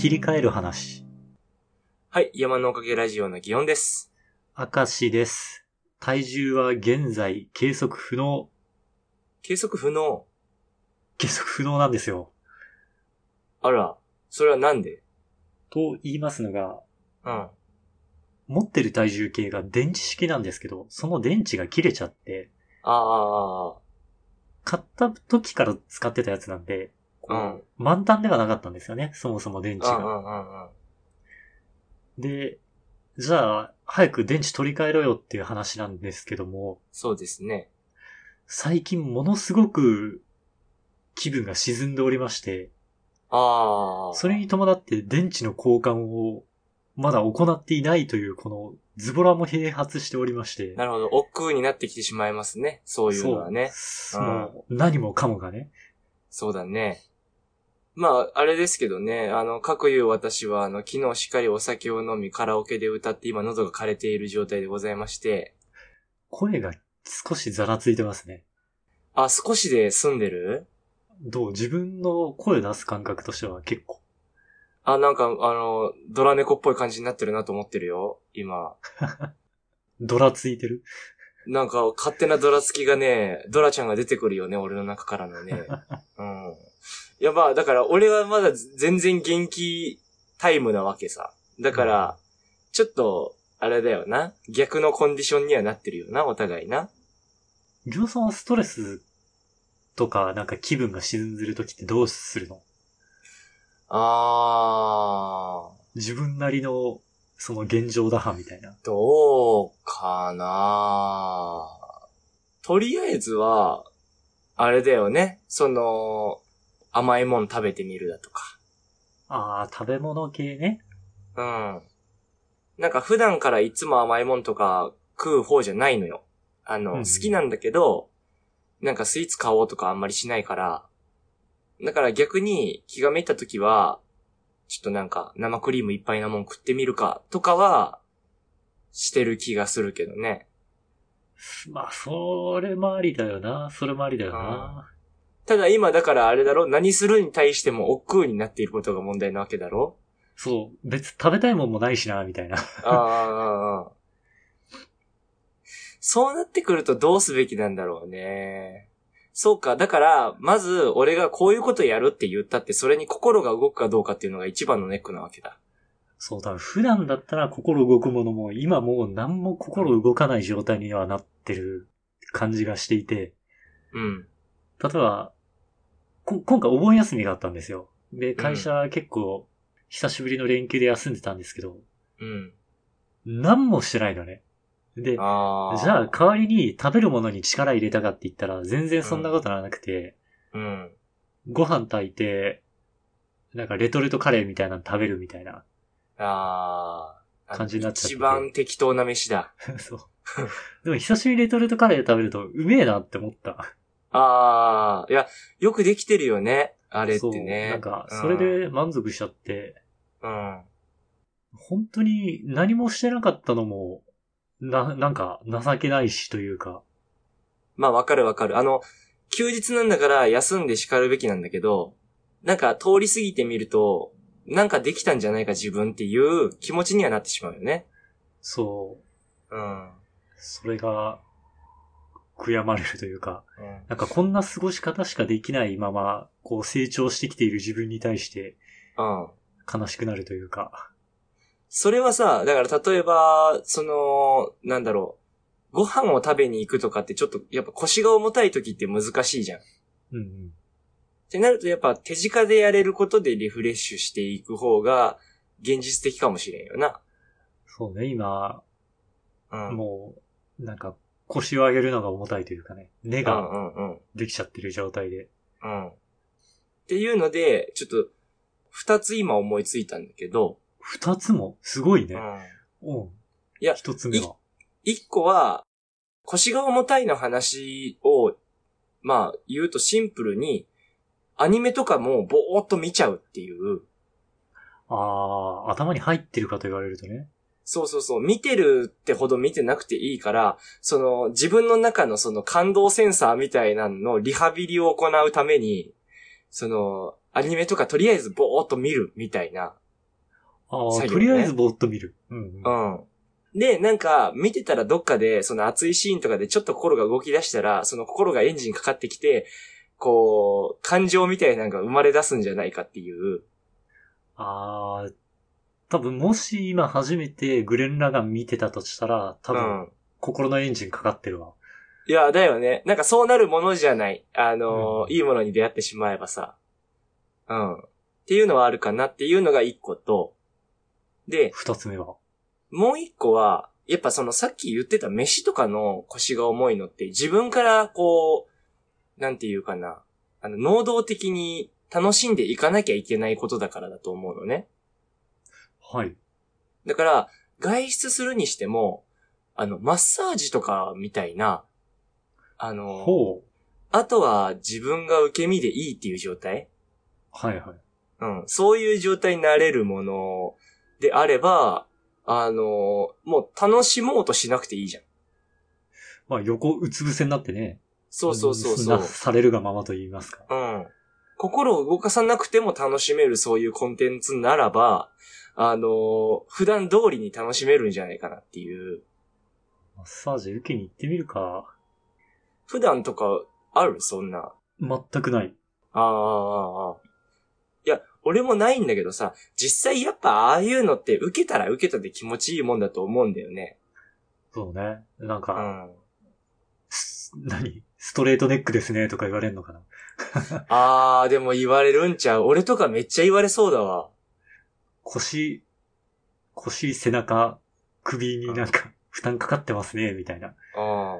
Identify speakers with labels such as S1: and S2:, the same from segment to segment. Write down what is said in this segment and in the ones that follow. S1: 切り替える話。
S2: はい、山のおかげラジオの祇園です。
S1: 明石です。体重は現在計測不能。
S2: 計測不能。
S1: 計測不能なんですよ。
S2: あら、それはなんで
S1: と言いますのが、
S2: うん。
S1: 持ってる体重計が電池式なんですけど、その電池が切れちゃって、
S2: ああ、
S1: 買った時から使ってたやつなんで、
S2: うん。うん、
S1: 満タンではなかったんですよね。そもそも電
S2: う
S1: 池が。
S2: ん、うん。
S1: で、じゃあ、早く電池取り替えろよっていう話なんですけども、
S2: そうですね。
S1: 最近ものすごく気分が沈んでおりまして、
S2: ああ。
S1: それに伴って電池の交換をまだ行っていないというこのズボラも併発しておりまして。
S2: なるほど。億劫になってきてしまいますね。そういうのはね。
S1: そう
S2: うん
S1: もう何もかもがね。
S2: そうだね。まあ、あれですけどね、あの、各言う私は、あの、昨日しっかりお酒を飲み、カラオケで歌って、今喉が枯れている状態でございまして、
S1: 声が少しざらついてますね。
S2: あ、少しで済んでる
S1: どう自分の声出す感覚としては結構。
S2: あ、なんか、あの、ドラ猫っぽい感じになってるなと思ってるよ、今。
S1: ドラついてる。
S2: なんか、勝手なドラつきがね、ドラちゃんが出てくるよね、俺の中からのね。うん。いや、まあ、だから、俺はまだ全然元気タイムなわけさ。だから、ちょっと、あれだよな。逆のコンディションにはなってるよな、お互いな。
S1: りょうさんはストレスとかなんか気分が沈んでる時ってどうするの
S2: あー、
S1: 自分なりのその現状打破みたいな。
S2: どうかなとりあえずは、あれだよね。その、甘いもん食べてみるだとか。
S1: ああ、食べ物系ね。
S2: うん。なんか普段からいつも甘いもんとか食う方じゃないのよ。あの、
S1: うん
S2: 好きなんだけど、なんかスイーツ買おうとかあんまりしないから、だから逆に気がめいた時は、ちょっとなんか生クリームいっぱいなもん食ってみるかとかは、してる気がするけどね。
S1: まあ、それもありだよな。それもありだよな。
S2: ただ今だからあれだろ何するに対しても億劫になっていることが問題なわけだろ
S1: そう、別食べたいもんもないしな、みたいな。
S2: ああああ、ああ。そうなってくるとどうすべきなんだろうね。そうか。だから、まず、俺がこういうことやるって言ったって、それに心が動くかどうかっていうのが一番のネックなわけだ。
S1: そうだ、普段だったら心動くものも、今もう何も心動かない状態にはなってる感じがしていて、
S2: うん。
S1: 例えば、こ今回お盆休みがあったんですよ。で、会社結構久しぶりの連休で休んでたんですけど、
S2: うん。
S1: 何もしてないのね。で、
S2: ああ。
S1: じゃあ、代わりに食べるものに力入れたかって言ったら、全然そんなことならなくて、
S2: うん。
S1: ご飯炊いて、なんかレトルトカレーみたいなの食べるみたいな。
S2: ああ。
S1: 感じになっちゃって
S2: 一番適当な飯だ。
S1: そう。でも久しぶりにレトルトカレー食べると、うめえなって思った。
S2: ああ。いや、よくできてるよね。あれってね。
S1: そう。なんか、それで満足しちゃって、
S2: うん。うん。
S1: 本当に何もしてなかったのも、な、なんか情けないしというか、
S2: まあわかるわかる。あの、休日なんだから休んで叱るべきなんだけど、なんか通り過ぎてみると、なんかできたんじゃないか自分っていう気持ちにはなってしまうよね。
S1: そう。
S2: うん。
S1: それが、悔やまれるというか、なんかこんな過ごし方しかできないまま、こう成長してきている自分に対して
S2: うん。うん。
S1: 悲しくなるというか。
S2: それはさ、だから例えば、その、なんだろう。ご飯を食べに行くとかってちょっと、やっぱ腰が重たい時って難しいじゃん。っ
S1: うんうん。
S2: てなるとやっぱ手近でやれることでリフレッシュしていく方が現実的かもしれんよな。
S1: そうね、今、
S2: うん。
S1: もう、なんか腰を上げるのが重たいというかね、根
S2: う
S1: が
S2: んうんうん。
S1: できちゃってる状態で。
S2: うん。っていうので、ちょっと、二つ今思いついたんだけど、
S1: 二つもすごいうね。
S2: ん。
S1: うん。
S2: いや
S1: 一つ目は。
S2: 一個は、腰が重たいの話を、まあ、言うとシンプルに、アニメとかもぼーっと見ちゃうっていう、
S1: ああ、頭に入ってるかと言われるとね。
S2: そうそうそう、見てるってほど見てなくていいから、その、自分の中のその感動センサーみたいなののリハビリを行うために、その、アニメとかとりあえずぼーっと見るみたいな
S1: ああ、
S2: 作業ね
S1: とりあえずぼーっと見る。うん、うん。
S2: うん。で、なんか、見てたらどっかで、その熱いシーンとかでちょっと心が動き出したら、その心がエンジンかかってきて、こう、感情みたいなのが生まれ出すんじゃないかっていう。
S1: ああ、多分もし今初めてグレン・ラガン見てたとしたら、多
S2: う
S1: 分
S2: ん。
S1: 心のエンジンかかってるわ。
S2: いや、だよね。なんかそうなるものじゃない。あのー、
S1: うん
S2: いいものに出会ってしまえばさ。うん。っていうのはあるかなっていうのが一個と、で、
S1: 二つ目は。
S2: もう一個は、やっぱそのさっき言ってた飯とかの腰が重いのって自分からこう、なんていうかな、あの、能動的に楽しんでいかなきゃいけないことだからだと思うのね。
S1: はい。
S2: だから、外出するにしても、あの、マッサージとかみたいな、あの、
S1: ほう。
S2: あとは自分が受け身でいいっていう状態
S1: はいはい。
S2: うん。そういう状態になれるものであれば、あの、もう楽しもうとしなくていいじゃん。
S1: まあ横うつ伏せになってね。
S2: そうそうそうそ
S1: な
S2: う。
S1: されるがままと言いますか。
S2: うん。心を動かさなくても楽しめるそういうコンテンツならば、あのー普段通りに楽しめるんじゃないかなっていう。
S1: マッサージ受けに行ってみるか。
S2: 普段とかあるそんな。
S1: 全くない。
S2: あーあー、あーあー。いや、俺もないんだけどさ、実際やっぱああいうのって受けたら受けたで気持ちいいもんだと思うんだよね。
S1: そうね。なん
S2: う
S1: か、
S2: ん。
S1: す 何ストレートネックですねとか言われるのかな。
S2: ああ、でも言われるんちゃう。俺とかめっちゃ言われそうだわ。
S1: 腰、腰、背中、首になんか負担かかってますね、みたいな。
S2: ああ。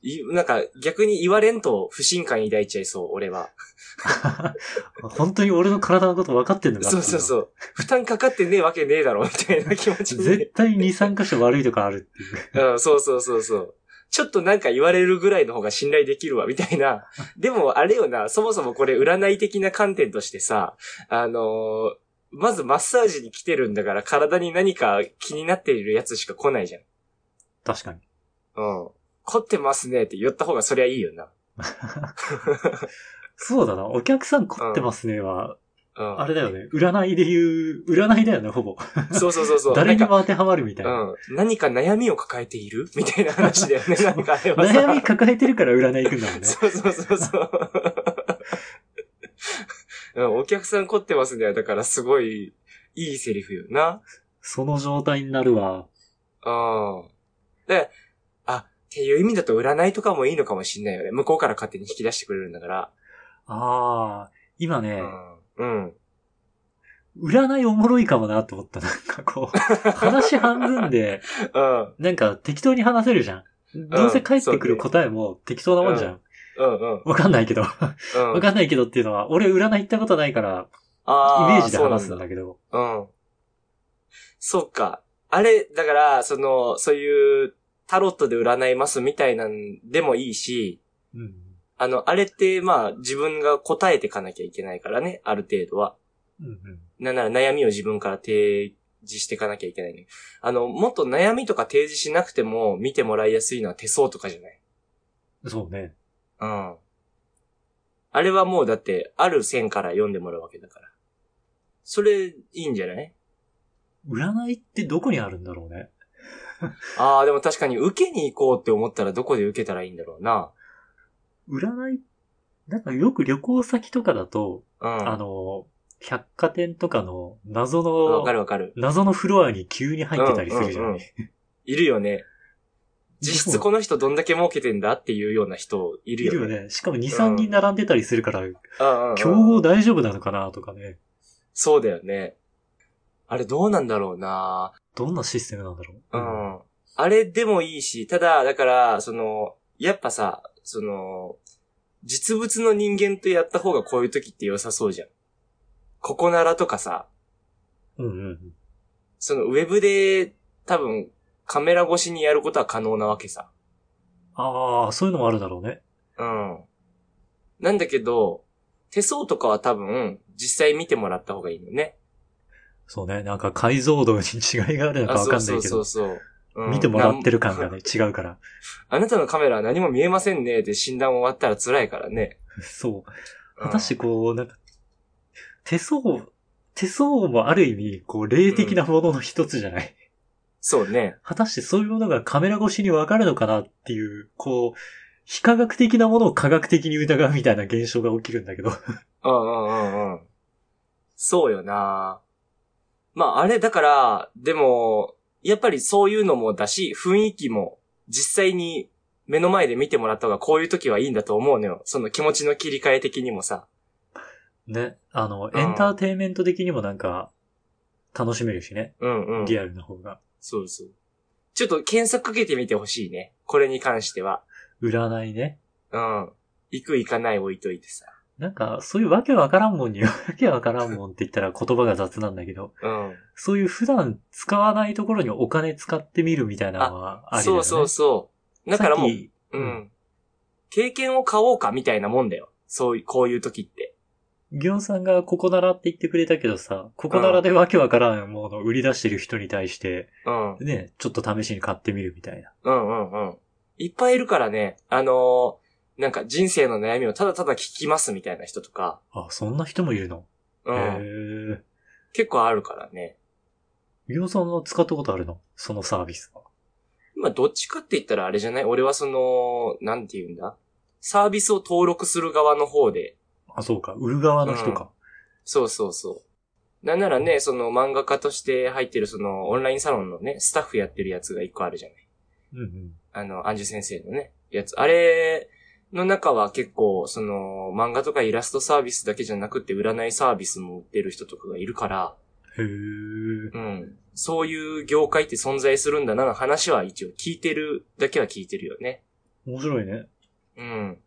S2: いなんか逆に言われんと不信感抱いちゃいそう、俺は。
S1: 本当に俺の体のこと分かってんのかって
S2: そ
S1: いう
S2: そうそうう。負担かかってねえわけねえだろ、みたいな気持ち
S1: の。
S2: に、
S1: 絶対2、3箇所悪いとかあるっていう。
S2: うん、そうそうそうそう。ちょっとなんか言われるぐらいの方が信頼できるわ、みた いな。でも、あれよな、そもそもこれ占い的な観点としてさ、あのーまずマッサージに来てるんだから体に何か気になっているやつしか来ないじゃん。
S1: 確かに。
S2: うん。凝ってますねって言った方がそりゃいいよな。
S1: そうだな。お客さん凝ってますねは、
S2: うん。
S1: あれだよね。占いで言う、占いだよね、ほぼ。
S2: そうそうそうそう。
S1: 誰に
S2: なんか
S1: も当てはまるみたいな。
S2: うん。何か悩みを抱えているみたいな話だよね。なんかあれはさ。
S1: 悩み抱えてるから占い行くんだもんね。
S2: そうそうそうそう。うんお客さん凝ってますね。だからすごい、いいセリフよな。
S1: その状態になるわ。
S2: うん。で、あ、っていう意味だと占いとかもいいのかもしんないよね。向こうから勝手に引き出してくれるんだから。
S1: ああ、今ね、
S2: うん。うん。
S1: 占いおもろいかもなと思った。なんかこ う、話半分で、
S2: うん。
S1: なんか適当に話せるじゃん。どうせ返ってくる答えも適当なもんじゃん。
S2: うん。うん。
S1: わかんないけど。
S2: うん。
S1: わかんないけどっていうのは、俺占い行ったことないから、イ
S2: あ
S1: メージで話す
S2: そ
S1: ん
S2: うなんだ。
S1: だけど。
S2: うん。そっか。あれ、だから、その、そういう、タロットで占いますみたいなんでもいいし、
S1: うん。
S2: あの、あれって、まあ、自分が答えてかなきゃいけないからね、ある程度は。
S1: うんうん。
S2: なんなら悩みを自分から提示していかなきゃいけないね。あの、もっと悩みとか提示しなくても見てもらいやすいのは手相とかじゃない
S1: そうね。
S2: うん。あれはもうだって、ある線から読んでもらうわけだから。それ、いいんじゃない
S1: 占いってどこにあるんだろうね。
S2: ああ、でも確かに受けに行こうって思ったらどこで受けたらいいんだろうな。
S1: 占い、なんかよく旅行先とかだと、
S2: うん。
S1: あの、百貨店とかの謎
S2: わか
S1: の、
S2: るわかる。
S1: 謎のフロアに急に入ってたりするじゃ
S2: うんうん
S1: ん
S2: うん。いるよね。実質この人どんだけ儲けてんだっていうような人いる
S1: いる
S2: よ
S1: よ
S2: ね。
S1: ね。しかも2、3人並んでたりするから、
S2: うんうんうん
S1: 競合大丈夫なのかなとかね。
S2: そうだよね。あれどうなんだろうな
S1: どんなシステムなんだろう。う
S2: う
S1: ん
S2: ん。あれでもいいし、ただ、だから、その、やっぱさ、その、実物の人間とやった方がこういう時って良さそうじゃん。ここならとかさ、
S1: うんうん。
S2: そのウェブで多分カメラ越しにやることは可能なわけさ。
S1: ああ、そういうのもあるだろうね。
S2: うん。なんだけど、手相とかは多分、実際見てもらった方がいいのね。
S1: そうね。なんか解像度に違いがあるのかわかんな
S2: そ
S1: いうけ
S2: そ
S1: ど
S2: う、そうそう。うん
S1: 見てもらってる感がね、違うから。
S2: あなたのカメラは何も見えませんねって診断終わったら辛いからね。
S1: そう。
S2: うん
S1: 果たしてこう、なんか、手相、手相もある意味、こう、霊的なものの一つじゃない。
S2: そうね。
S1: 果たしてそういうものがカメラ越しにわかるのかなっていう、こう、非科学的なものを科学的に疑うみたいな現象が起きるんだけど。
S2: うんうんうんうん。そうよなまああれだから、でも、やっぱりそういうのもだし、雰囲気も実際に目の前で見てもらった方がこういう時はいいんだと思うのよ。その気持ちの切り替え的にもさ。
S1: ね。あの、
S2: ん
S1: エンターテインメント的にもなんか、楽しめるしね。
S2: うんうん。
S1: リアルな方が。
S2: そうそう。ちょっと検索かけてみてほしいね。これに関しては。
S1: 占いね。
S2: うん。行く行かない置いといてさ。
S1: なんか、そういうわけわからんもんに、 わけわからんもんって言ったら言葉が雑なんだけど、
S2: うん。
S1: そういう普段使わないところにお金使ってみるみたいなのはありだよ
S2: そ
S1: ね。
S2: うそうそう。だからもう
S1: さっ、き
S2: う。
S1: うん
S2: 経験を買おうかみたいなもんだよ。そういう、こういう時って。
S1: ギョンさんがここならって言ってくれたけどさ、ここならでわけわからんものを売り出してる人に対して、
S2: うん。
S1: ね、ちょっと試しに買ってみるみたいな。
S2: うんうんうん。いっぱいいるからね、あのーなんか人生の悩みをただただ聞きますみたいな人とか、
S1: あ、そんな人もいるの。
S2: う
S1: へ
S2: ん。
S1: え。
S2: 結構あるからね。
S1: ギョンさんは使ったことあるのそのサービスは。
S2: 今どっちかって言ったらあれじゃない俺はその、なんて言うんだサービスを登録する側の方で、
S1: あ、そうか。売る側の人か。
S2: そうそうそう。なんならね、その漫画家として入ってるそのオンラインサロンのね、スタッフやってるやつが一個あるじゃない
S1: うんうん。
S2: あの、アンジュ先生のね、やつ。あれの中は結構、その、漫画とかイラストサービスだけじゃなくて、占いサービスも売ってる人とかがいるから、
S1: へえ。
S2: うん。そういう業界って存在するんだなの話は一応聞いてるだけは聞いてるよね。
S1: 面白いね。
S2: うん。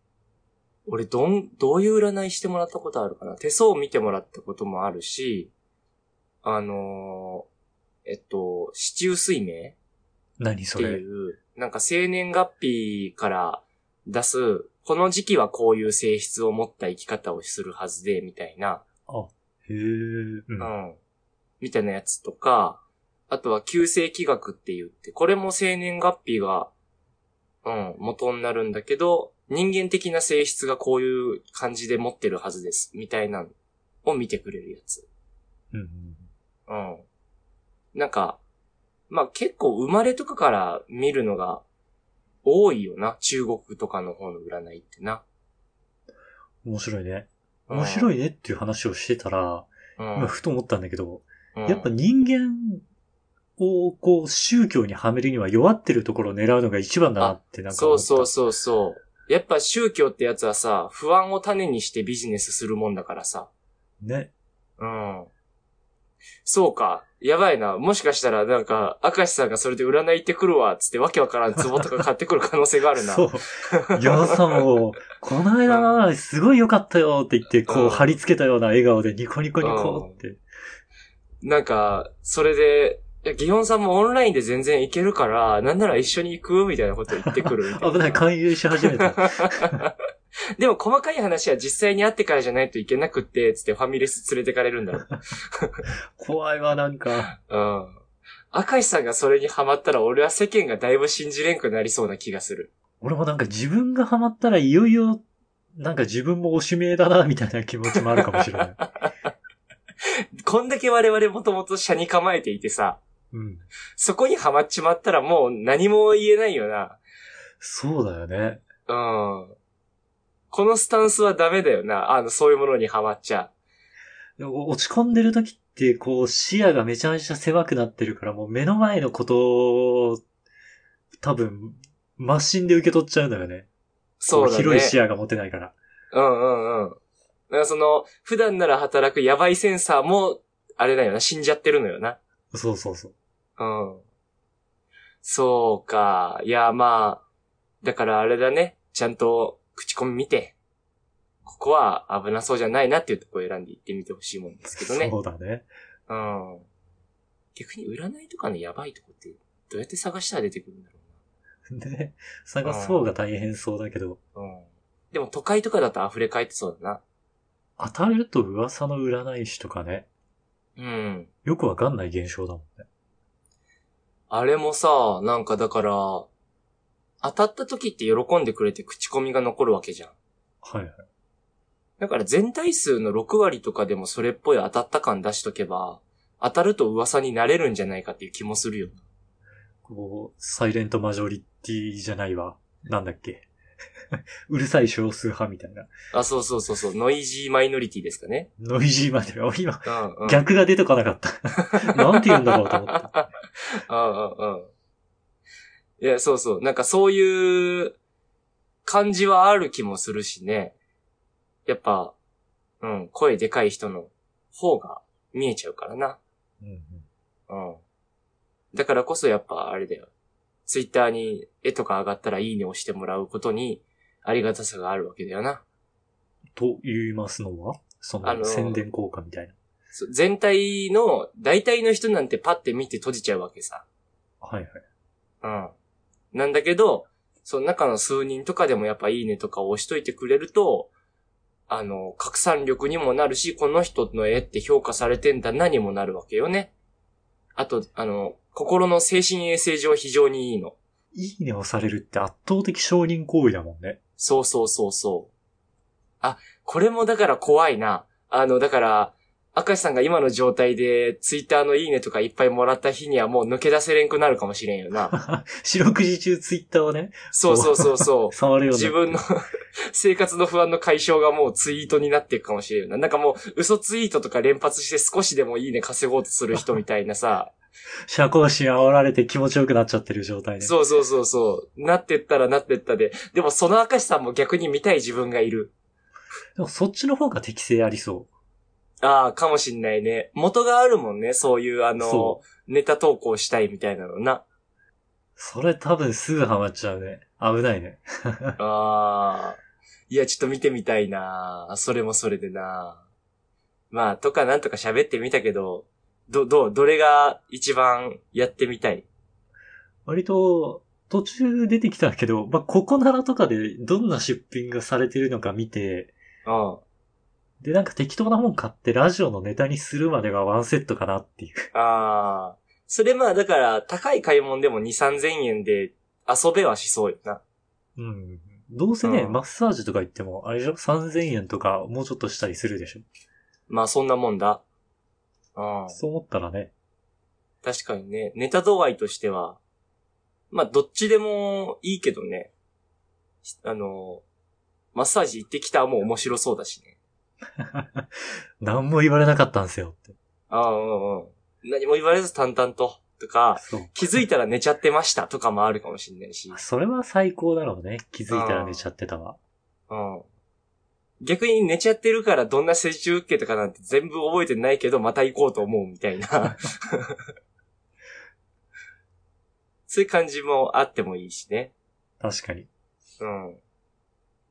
S2: 俺、どん、どういう占いしてもらったことあるかな手相を見てもらったこともあるし、あのーえっと、市中水明
S1: 何
S2: っ
S1: そ
S2: て
S1: れ。
S2: いう、なんか生年月日から出す、この時期はこういう性質を持った生き方をするはずで、みたいな、
S1: へえ。うん。
S2: う
S1: うん
S2: ん、みたいなやつとか、あとは旧世紀学って言って、これも生年月日が、うん、元になるんだけど、人間的な性質がこういう感じで持ってるはずです、みたいなのを見てくれるやつ。
S1: うん。
S2: うん。なんか、まあ結構生まれとかから見るのが多いよな。中国とかの方の占いってな。
S1: 面白いね。面白
S2: い。
S1: いねっていう話をしてたら、
S2: うん
S1: 今ふと思ったんだけど、
S2: うん
S1: やっぱ人間をこう宗教にはめるには弱ってるところを狙うのが一番だなってなんか
S2: そ
S1: 思
S2: う
S1: った。
S2: そうそうそう。やっぱ宗教ってやつはさ、不安を種にしてビジネスするもんだからさ。
S1: ね。
S2: うん。そうか。やばいな。もしかしたら、なんか、明石さんがそれで占い行ってくるわ、つってわけわからん壺とか買ってくる可能性があるな。
S1: そう。ギョンさんも、この間の話すごい良かったよって言って、こ
S2: うん
S1: う貼り付けたような笑顔でニコニコニコって。
S2: なんか、それで、いや、ギオンさんもオンラインで全然行けるから、なんなら一緒に行くみたいなこと言ってくるみたいな。
S1: 危ない、勧誘し始めた。
S2: でも細かい話は実際に会ってからじゃないといけなくって、つってファミレス連れてかれるんだろ
S1: 怖いわ、なんか。
S2: う。うん。赤石さんがそれにハマったら、俺は世間がだいぶ信じれんくなりそうな気がする。
S1: 俺もなんか自分がハマったらいよいよ、なんか自分もおしめだな、みたいな気持ちもあるかもしれ ない。
S2: こんだけ我々もともと社に構えていてさ、
S1: うん。
S2: そこにハマっちまったらもう何も言えないよな。
S1: そうだよね。
S2: うん。このスタンスはダメだよな。あの、そういうものにハマっちゃ。
S1: でも落ち込んでる時って、こう、視野がめちゃめちゃ狭くなってるから、もう目の前のことを、多分、マシンで受け取っちゃうんだよね。
S2: そうだね。
S1: こ広い視野が持てないから。
S2: うんうんうん。だからその、普段なら働くやばいセンサーも、あれだよな、死んじゃってるのよな。
S1: そうそうそう。
S2: うん。そうか。いや、まあ、だからあれだね。ちゃんと、口コミ見て、ここは危なそうじゃないなっていうところを選んで行ってみてほしいもんですけどね
S1: そ。うだね。
S2: うん。逆に占いとかのやばいとこって、どうやって探したら出てくるんだろ
S1: で、探そうが大変そうだけど、
S2: うな。うん。でも都会とかだと溢れ返ってそうだな。
S1: 当たると噂の占い師とかね、
S2: うん。
S1: よくわかんない現象だもんね。
S2: あれもさ、なんかだから、当たった時って喜んでくれて口コミが残るわけじゃん。
S1: はいはい。
S2: だから全体数の6割とかでもそれっぽい当たった感出しとけば、当たると噂になれるんじゃないかっていう気もするよ。
S1: こう、サイレントマジョリティじゃないわ。なんだっけ。 うるさい少数派みたいな。
S2: あ、そうそうそうそう、ノイジーマイノリティですかね。
S1: ノイジーまで。お今、
S2: うんうん。
S1: 逆が出てこなか った。なんて言うんだろうと思った。
S2: うんうんうん。いや、そうそう。なんかそういう感じはある気もするしね。やっぱ、うん、声でかい人の方が見えちゃうからな。
S1: うんうん
S2: うん。だからこそやっぱあれだよ。ツイッターに絵とか上がったらいいねをしてもらうことにありがたさがあるわけだよな。
S1: と言いますのはそ
S2: あの
S1: の宣伝効果みたいな。
S2: そ全体の、大体の人なんてパッて見て閉じちゃうわけさ。
S1: はいはい。
S2: うん。なんだけど、その中の数人とかでもやっぱいいねとかを押しといてくれると、あの、拡散力にもなるし、この人の絵って評価されてんだなにもなるわけよね。あと、あの、心の精神衛生上非常にいいの。
S1: いいねをされるって圧倒的承認行為だもんね。
S2: そうそうそうそう。あ、これもだから怖いな。あの、だから、明石さんが今の状態で、ツイッターのいいねとかいっぱいもらった日にはもう抜け出せれんくなるかもしれんよな。
S1: 四六時中ツイッターをね、
S2: そうそうそうそう。
S1: 触るように
S2: 自
S1: な
S2: 分の 生活の不安の解消がもうツイートになっていくかもしれんよな。なんかもう嘘ツイートとか連発して少しでもいいね稼ごうとする人みたいなさ。
S1: 社交心煽られて気持ちよくなっちゃってる状態ね。
S2: そうそうそうそう。なってったらなってったで。でもその明石さんも逆に見たい自分がいる。
S1: でもそっちの方が適性ありそ
S2: ああ、かもしんないね。元があるもんね。そういうあ
S1: う。
S2: の
S1: そ、う。
S2: ネタ投稿したいみたいなのな。
S1: それ多分すぐハマっちゃうね。危ないね。
S2: ああ。いや、ちょっと見てみたいなそれもそれでなまあ、とかなんとか喋ってみたけど、ど、どう、どれが一番やってみたい
S1: 割と、途中出てきたけど、まあ、ここならとかでどんな出品がされてるのか見て、
S2: うん。
S1: で、なんか適当なもん買ってラジオのネタにするまでがワンセットかなっていう。
S2: ああ。それまあ、だから、高い買い物でも2、3000円で遊べはしそうよな。
S1: うん。どうせね、
S2: うん
S1: マッサージとか言っても、あれじゃ3000円とかもうちょっとしたりするでしょ。
S2: まあ、そんなもんだ。うん。
S1: そう思ったらね、
S2: 確かにね、ネタ度合いとしては、まあ、どっちでもいいけどね。あの、マッサージ行ってきたも面白そうだしね。
S1: 何も言われなかったんですよって。
S2: ああ、うんうん。何も言われず淡々と、とか、
S1: そう。
S2: 気づいたら寝ちゃってましたとかもあるかもしれないし。
S1: それは最高だろうね。気づいたら寝ちゃってたわ。
S2: うん。逆に寝ちゃってるからどんな接種受けたかなんて全部覚えてないけど、また行こうと思うみたいな。そういう感じもあってもいいしね。
S1: 確かに。
S2: うん。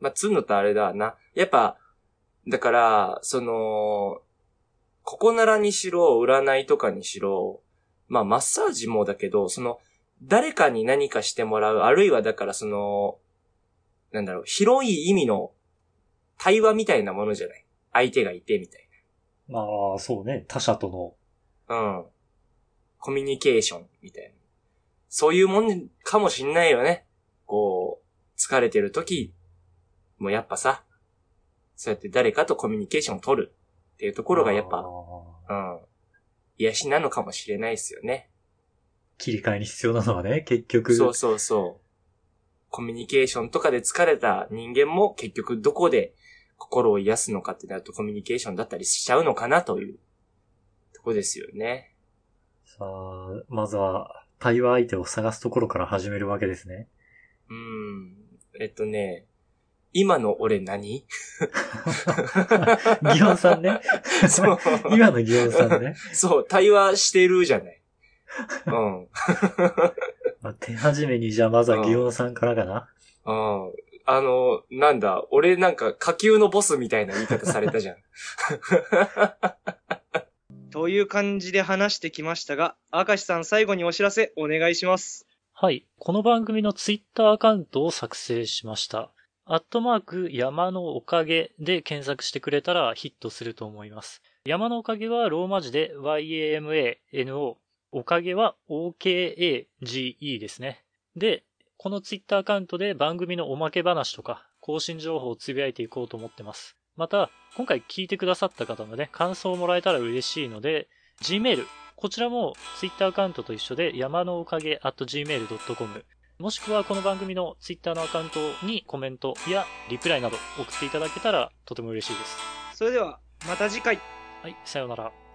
S2: まあ、つんのとあれだわな。やっぱ、だから、その、ここならにしろ、占いとかにしろ、まあ、マッサージもだけど、その、誰かに何かしてもらう、あるいはだからその、なんだろう、広い意味の対話みたいなものじゃない相手がいて、みたい
S1: まあ、そうね。他者との。
S2: な。うん。コミュニケーション、みたいな。そういうもんかもしんないよね。こう、疲れてる時もやっぱさ、そうやって誰かとコミュニケーションを取るっていうところがやっ
S1: あ
S2: ぱ、
S1: ー
S2: うん、癒しなのかもしれないですよね。
S1: 切り替えに必要なのはね、結局。
S2: そうそうそう。コミュニケーションとかで疲れた人間も結局どこで心を癒すのかってなるとコミュニケーションだったりしちゃうのかなというとこですよね。
S1: さあ、まずは、対話相手を探すところから始めるわけです ね。
S2: うん。えっとね、今の俺何
S1: ギオンさんね。
S2: そう。
S1: 今のギオンさんね。
S2: そう、対話してるじゃない。うん。
S1: まあ手始めに、じゃあまずはギオンさんからかな。
S2: うん。あの、なんだ、俺なんか下級のボスみたいな言い方されたじゃん。
S3: という感じで話してきましたが、明石さん最後にお知らせお願いします。
S4: はい。この番組のツイッターアカウントを作成しました。アットマーク山のおかげで検索してくれたらヒットすると思います。山のおかげはローマ字で YAMANO。おかげは OKAGE ですね。で、このツイッターアカウントで番組のおまけ話とか更新情報をつぶやいていこうと思ってます。
S1: また、今回聞いてくださった方のね、感想をもらえたら嬉しいので、Gmail、こちらも Twitter アカウントと一緒で、山のおかげ at gmail.com、もしくはこの番組の Twitter のアカウントにコメントやリプライなど送っていただけたらとても嬉しいです。
S3: それでは、また次回。
S1: はい、さようなら。